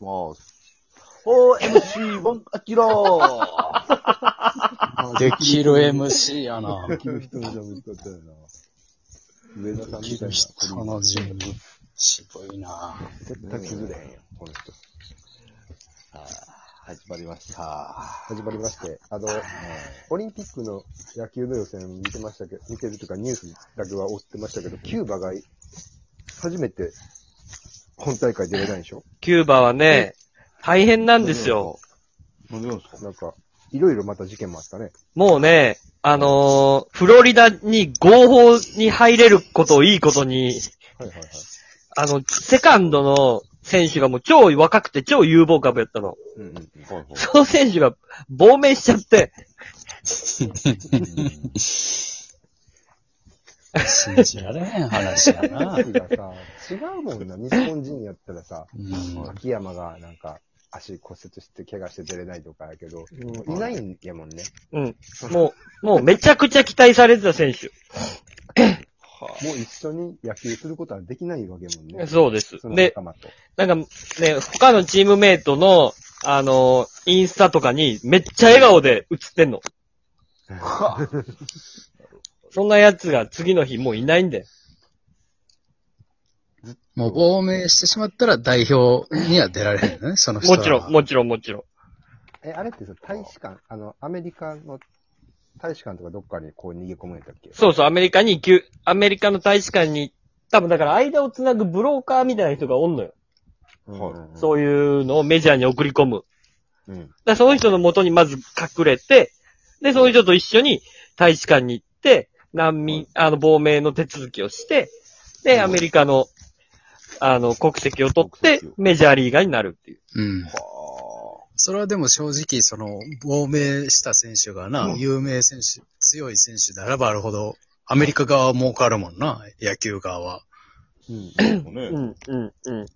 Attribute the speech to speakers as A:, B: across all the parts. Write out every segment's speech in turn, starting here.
A: ます OMC1 アキラー
B: できる MC やな。
C: できる人の喋り方やな。上田さん
B: で
C: み
B: きる
C: たいな。
B: 人の人物。渋いな。
C: 絶対崩れへんよ、この人。
A: 始まりました。
C: 始まりまして、あの、オリンピックの野球の予選見てましたけど、見てるとかニュースだけは追ってましたけど、キューバが初めて本大会出れないでしょ
D: キューバはね、大変なんですよ。
A: なんでなんですか
C: なんか、いろいろまた事件もあったね。
D: もうね、あのーフロリダに合法に入れることをいいことに、
C: はいはいはい。
D: あの、セカンドの選手がもう超若くて超有望株やったの。
C: うんうん。
A: はいはい
D: その選手が亡命しちゃって、
B: 信じられへん話やな。
C: 僕がさ、違うもんな。日本人やったらさ、
B: うん
C: 秋山がなんか、足骨折して怪我して出れないとかやけど、いないんやもんね。
D: うん。もう、もうめちゃくちゃ期待されてた選手。
C: もう一緒に野球することはできないわけもんね。
D: そうです。
C: その
D: で、
C: 仲間と。
D: なんかね、他のチームメイトの、あのーインスタとかにめっちゃ笑顔で映って んの。そんな奴が次の日もういないんだよ。
B: もう亡命してしまったら代表には出られへんよね、その人
D: も
B: は。
D: ちろん、もちろん、もちろん。
C: え、あれってさ、大使館、あの、アメリカの大使館とかどっかにこう逃げ込むんやったっけ
D: そうそう、アメリカに行き、アメリカの大使館に、多分だから間をつなぐブローカーみたいな人がおんのよ。
C: うん
A: はい
C: うんうん。
D: そういうのをメジャーに送り込む。
C: うん。
D: だからその人の元にまず隠れて、で、その人と一緒に大使館に行って、難民、あの、亡命の手続きをして、で、アメリカの、あの、国籍を取っ
A: 国
D: て
A: 籍を、
D: メジャーリーガーになるっていう。
B: うん。
A: は
B: それはでも正直、その、亡命した選手がな、有名選手、強い選手ならばあるほど、アメリカ側は儲かるもんな、野球側は。
C: うん。
A: あー。ね
D: うん、うん、うん。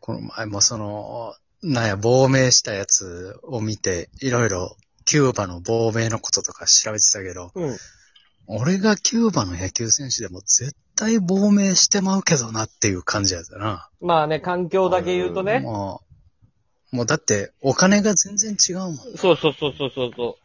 B: この前もその、なんや、亡命したやつを見て、いろいろ、キューバの亡命のこととか調べてたけど、
D: うん。
B: 俺がキューバの野球選手でも絶対亡命してまうけどなっていう感じやったな。
D: まあね、環境だけ言うとね。
B: もう、もうだってお金が全然違うもん。
D: そうそうそうそうそうそ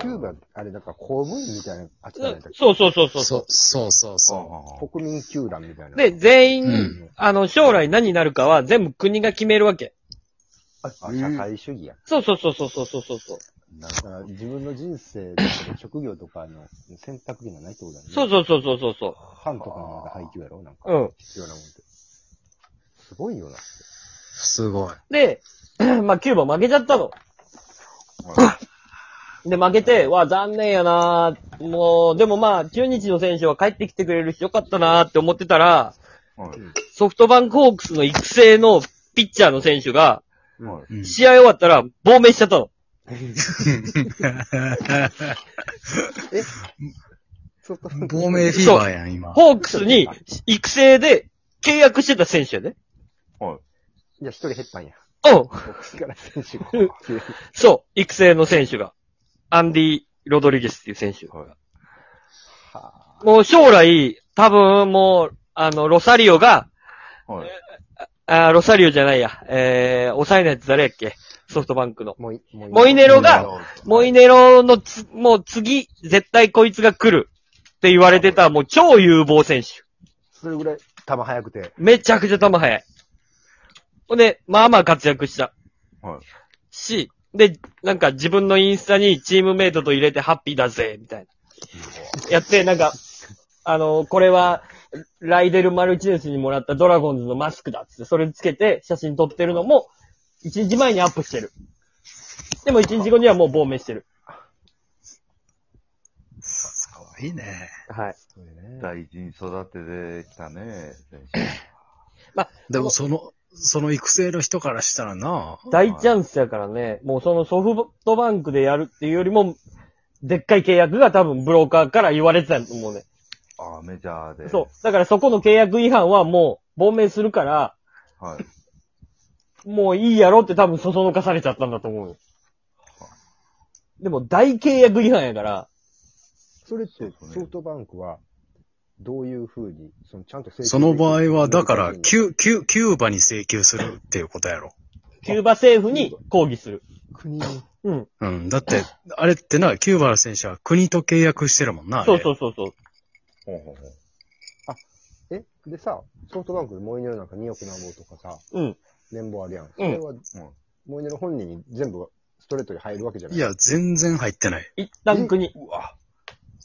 C: キューバ、あれなんか公務員みたいな、あっちじゃな
D: う
C: いんだっ。け
D: そうそうそうそう。
B: そう、そうそうそ
C: 国民球団みたいな。
D: で、全員、
B: うん
D: あの、将来何になるかは全部国が決めるわけ。
C: あ、社会主義や。
D: そうそうそうそうそうそうそう。そう
C: だから自分の人生だったり職業とかの選択権がないってことだよね。
D: そう
C: う。
D: そうそうそうそうそ
C: 班とかのなんか配給やろなんか。
D: う。うん。
C: 必要なもんって。すごいよな。
B: う。すごい。
D: で、 まあ、キューバ負けちゃったの。で、負けて、わ、残念やなーもう、でもまあ、中日の選手は帰ってきてくれるし、よかったなーって思ってたら、
A: はい
D: ソフトバンクホークスの育成のピッチャーの選手が、
A: はい。
B: うん
D: 試合終わったら、亡命しちゃったの。
C: そうと
B: 亡命フィーバーやん、今。
D: ホークスに育成で契約してた選手やで。
A: はい。
C: じゃあ一人減ったん や。
D: うん。
C: 僕から選 手が。
D: そう、育成の選手が。アンディ・ロドリゲスっていう選手。
A: はい。
C: は
D: もう将来、多分もう、あの、ロサリオが、
A: はい。
D: あーロサリオじゃないや、えー、抑えのやつ誰やっけソフトバンクの。
C: もうい、もうい
D: モイネロが、モ
A: も
D: イネロのつ、もう次、絶対こいつが来るって言われてた、もう超有望選手。
C: それぐらい球速くて。
D: めちゃくちゃ球速い。ほんで、まあまあ活躍した。
A: はい
D: し、で、なんか自分のインスタにチームメイトと入れてハッピーだぜ、みたいな。やって、なんか、あの、これは、ライデル・マルチネスにもらったドラゴンズのマスクだっつって、それつけて写真撮ってるのも、1日前にアップしてる。でも1日後にはもう亡命してる。
B: すごいね。
D: はい。
C: そうだね
A: 大事に育ててきたね、選
B: でもその、その育成の人からしたらな、
D: 大チャンスやからね、もうそのソフトバンクでやるっていうよりも、でっかい契約が多分ブローカーから言われてたと思うね。
A: 手。ああ、メジャーで。
D: そう。だからそこの契約違反はもう、亡命するから、
A: う。はい。
D: もういいやろって多分そそのかされちゃったんだと思うよ。でも大契約違反やから、
C: それって
A: そうそうね
C: ソフトバンクは、どういうふうに、そのちゃんと請求
B: その場合は、だから、キ
C: 急
B: ュ、キュ、キューバに請求するっていうことやろ。
D: キューバ政府に抗議する。
C: 国に。
D: うん。
B: うん。だって、あれってな、キューバの選手は国と契約してるもんな。あれ
D: そうそうそうそう。
A: ほうほうほう
C: えでさ、ソフトバンクでモイネロなんか2億なんぼとかさ、
D: うん。
C: 年俸あるやん。それは、モイネロ本人に全部ストレートに入るわけじゃない。
B: い、や、全然入ってない。
D: 一旦国。
A: うわ。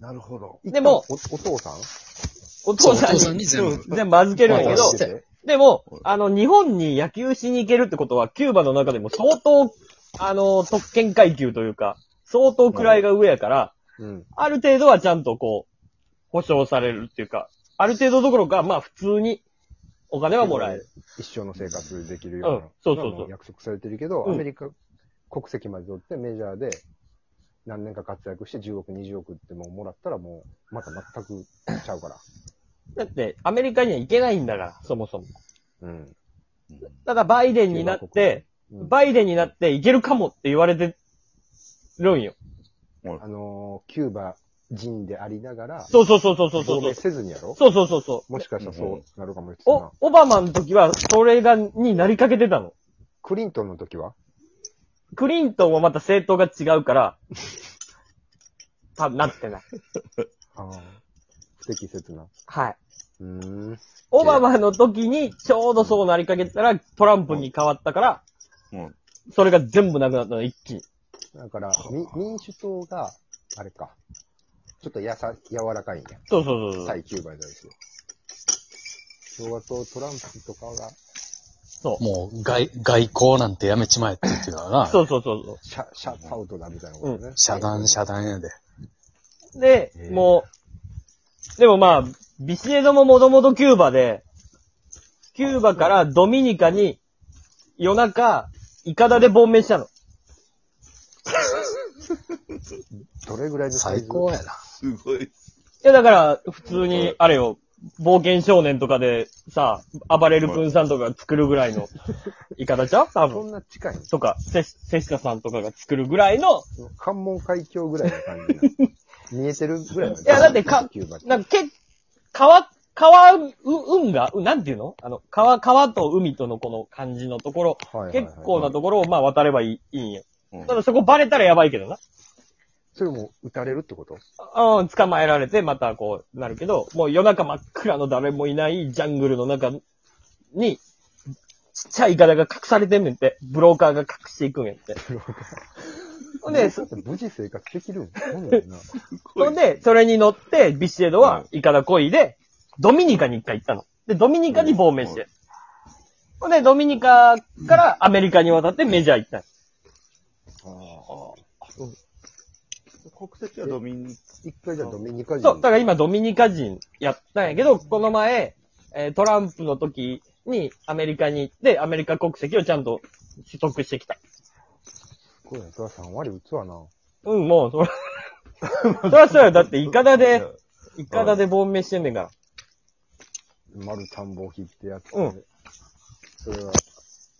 A: なるほど。
D: でも
C: お、お父さん
D: お父さん
B: そうお父さん
D: に
B: に全部
D: そう全部預けるんやけど
B: 渡、して
D: でも、あの、日本に野球しに行けるってことは、キューバの中でも相当、あの、特権階級というか、相当位が上やから、
C: うん。
D: ある程度はちゃんとこう、保証されるっていうか、ある程度どころか、まあ普通に、お金はもらえる。。
C: 一生の生活できるような。
D: うんそうそうそう
C: まあ約束されてるけど、
D: うん
C: アメリカ国籍まで取ってメジャーで何年か活躍して10億、20億ってもうもらったらもう、また全くちゃうから。
D: だって、アメリカには行けないんだから、そもそも。
C: うん。
D: ただ、バイデンになっ
C: うん
D: て、バイデンになって行けるかもって言われてるんよ。
C: あのーキューバ人でありながら、
D: そうそうそうそうそうそう
C: 亡命せずにやろ
D: そうそうそうそう。
C: もしかしたらそうなるかもしれない
D: お。、オバマの時は、それが、になりかけてたの。
C: クリントンの時は
D: クリントンはまた政党が違う から、た、なってない。
C: ああ。不適切な。
D: はい。
C: うーん。
D: オバマの時に、ちょうどそうなりかけてたら、トランプに変わったから、
A: うん
D: それが全部なくなったの、一気に。
C: だから、み民主党が、あれか。ちょっとやさ、柔らかいんや。
D: そうそうそうそう。
C: 対キューバに対して。共和党、トランプとかが、
D: そう
B: もう、外、外交なんてやめちまえって言ってた からな。
D: そうそうそうそ
C: シャ、シャットアウトだみたいなことね。
B: 遮断、遮断やで。
D: う。で、
B: えー
D: もう、でもまあ、ビシエドももともとキューバで、キューバからドミニカに、夜中、イカダで亡命したの。
C: どれぐらいのサイ
B: 最
C: ズ
B: 高やな。
A: すごい。
D: いや、だから、普通に、あれよ、冒険少年とかで、さ、暴れる君さんとかが作るぐらいの、イカダちゃう多
C: そん
D: 分。
C: な近いの
D: とか、セシ、セシカさんとかが作るぐらいの、
C: その関門海峡ぐらいの感じ なの見えてるぐらいの。い
D: やだってか
C: キューバって
D: なんか、け、川、川、う、運が、うなんていうのあの、川、川と海とのこの感じのところ、
C: はいはいはい
D: 結構なところを、まあ、渡ればいい、いいんや。
A: うん
D: ただそこバレたらやばいけどな。
C: それも撃たれるってこと
D: うん、捕まえられて、またこう、なるけど、もう夜中真っ暗の誰もいないジャングルの中に、ちっちゃいイカダが隠されてんねんって。ブローカーが隠していくんやって。ほんで、
C: だ
D: そ
C: って無事生活できるんなんだろう な。
D: ほんで、それに乗って、ビシエドはイカダ恋で、ドミニカに一回行ったの。で、ドミニカに亡命して。ほんで、ドミニカからアメリカに渡ってメジャー行ったの。
A: 国籍はドミニ
C: 一回じゃあドミニカ人。
D: そう、だから今ドミニカ人やったんやけど、この前、えートランプの時にアメリカに行って、アメリカ国籍をちゃんと取得してきた。
C: これ、そら3割打つわな。
D: うん、もう、そ ら、そらそうよ。だって、イカダで、イカダで亡命してんねんから。
C: 丸田んぼを引ってやって、
D: うん
C: それは、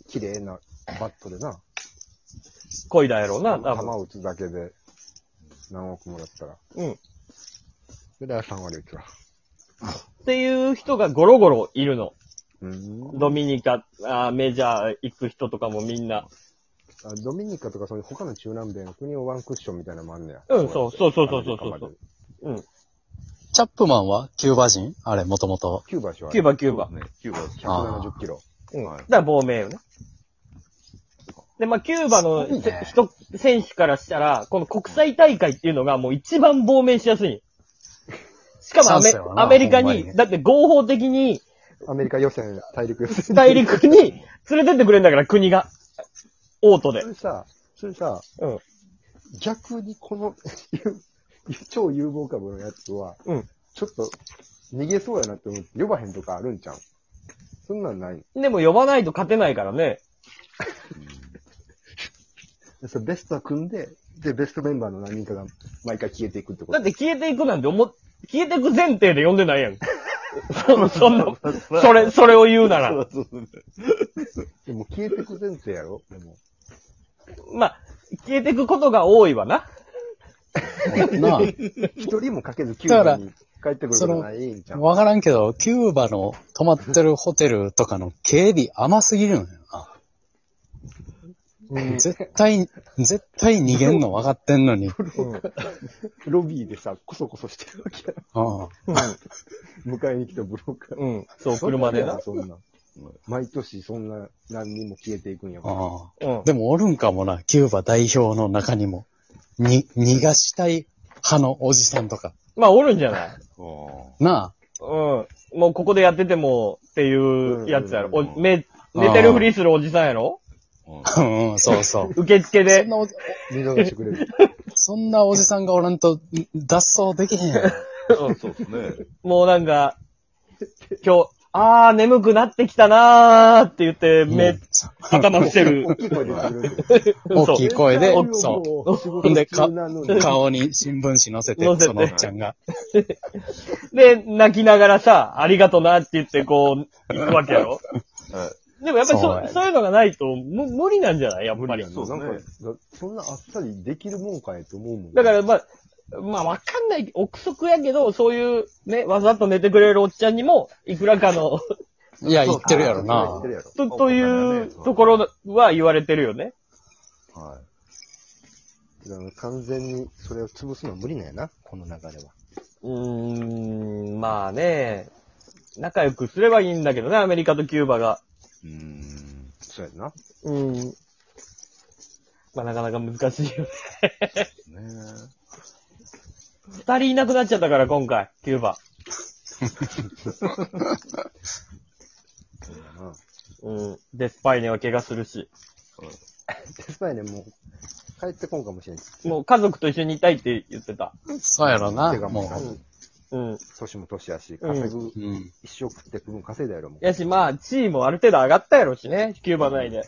C: 綺麗なバットでな、
D: 恋だやろうな、多
C: 球
D: 分。
C: を打つだけで何億もらったら。
D: うん。っ
C: それで3割打つわ。
D: ていう人がゴロゴロいるの。
C: うーん
D: ドミニカ、あーメジャー行く人とかもみんな。
C: あドミニカとかそういう他の中南米の国をワンクッションみたいなのもあんねや。
D: うん、そう、そうそうそう
C: アメ
D: そ
C: リカ
D: うそ
C: ま
D: う
C: で
D: うん。
B: チャップマンはキューバ人あれ、もともと。
C: キューバでしょ
D: キュー
C: バ。
D: バ、キューバ。
A: ね、キューバ
B: あ
C: 170キロ。
D: うん。だ
A: はい
D: から亡命よね。で、まあ、キューバの
B: すごいね
D: せ人、選手からしたら、この国際大会っていうのがもう一番亡命しやすい。しかもア
B: チャ
D: メ
B: ンスやわな
D: アメリカ
B: ほんま
D: に、
B: に
D: だって合法的に
C: アメリカ予選、大陸予選。
D: 大陸に連れてってくれんだから、国が。オートで
C: そ。れさ、それさ、
D: うん。
C: 逆にこの 超有望株のやつは、
D: うん
C: ちょっと逃げそうやなって思って、呼ばへんとかあるんちゃうそんなんない
D: でも呼ばないと勝てないからね。
C: それベストは組んで、で、ベストメンバーの何人かが毎回消えていくってこ
D: だ
C: と
D: って消えていくなんて思っ、消えていく前提で呼んでな いやん。そそんな、それ、それを言うなら。
A: そうそうそう
C: でも消えていく前提やろでも。
D: まあ、消えていくことが多いわな。
B: なあ
C: 一人もかけず9
B: だから
C: 人に帰ってくることないんちゃう
B: わからんけど、キューバの泊まってるホテルとかの警備甘すぎるのよな。
C: うん
B: 絶対、絶対逃げんの分かってんの に。
C: ロビーでさ、コソコソしてるわけや。
B: うん
C: 迎えに来たブローカー。
D: うん。そう、車でな。
C: そんな。毎年そんな何人も消えていくんやから。
B: うん
D: うん。
B: でもおるんかもな、キューバ代表の中にも。に、逃がしたい派のおじさんとか。
D: まあ、おるんじゃない
A: お
B: な
D: うん。もうここでやっててもっていうやつやろ。
A: うん
D: おめ寝てるふりするおじさんやろ
B: あ。うんうん、そうそう。
D: 受付
B: そ
D: で
B: ん。なおじ、
C: 見逃してくれる。
B: そんなおじさんがおらんと、ん脱走できへんや ん。
A: うんそうですね。
D: もうなんか、今日、あー、眠くなってきたなーって言って、
B: う
D: 目
B: ん、
D: 頭伏 せる。
C: 大きい声で言ってくれる。
B: 大きい声で、そう。
C: う
B: でか
C: なのに。
B: 顔に新聞紙載せて、
D: 載せて
B: そのおっちゃんが。
D: で、泣きながらさ、ありがとなって言って、こう、行くわけやろ。
A: は
D: でもやっぱり
B: そう
D: そ
B: やね
D: うそういうのがないと、む無理なんじゃないやっぱり。
A: 無理
C: そう、なん
A: そう
C: か
A: です、
C: そんなあっさりできるもんかねと思うもん。
D: だから、まあ、まあ、わかんない、憶測やけど、そういう、ね、わざと寝てくれるおっちゃんにも、いくらか の、
B: いや、言ってるやろ
C: 言っ
B: な
C: て。るやろ
D: と、というところは言われてるよね。
A: い。はい。
C: だから完全にそれを潰すのは無理なんやな、この流れは。
D: うーん、まあね、仲良くすればいいんだけどね、アメリカとキューバが。
A: うーん。
C: そうやな。
D: うん。まあなかなか難しい よ
A: ね
D: ね。二人いなくなっちゃったから、今回、キューバ。
C: そうやな。
D: うん。デスパイネは怪我するし。
C: デスパイね、もう、帰ってこんかもしれんし。
D: もう家族と一緒にいたいって言ってた。
B: そうやろな
C: 手、がも
B: も
C: う、
D: うん。
C: 年も年やし、稼ぐ、
B: う。うん。
C: 一生食って分稼いだやろ、もう。
D: やし、まあ、地位もある程度上がったやろしね、キューバ内で。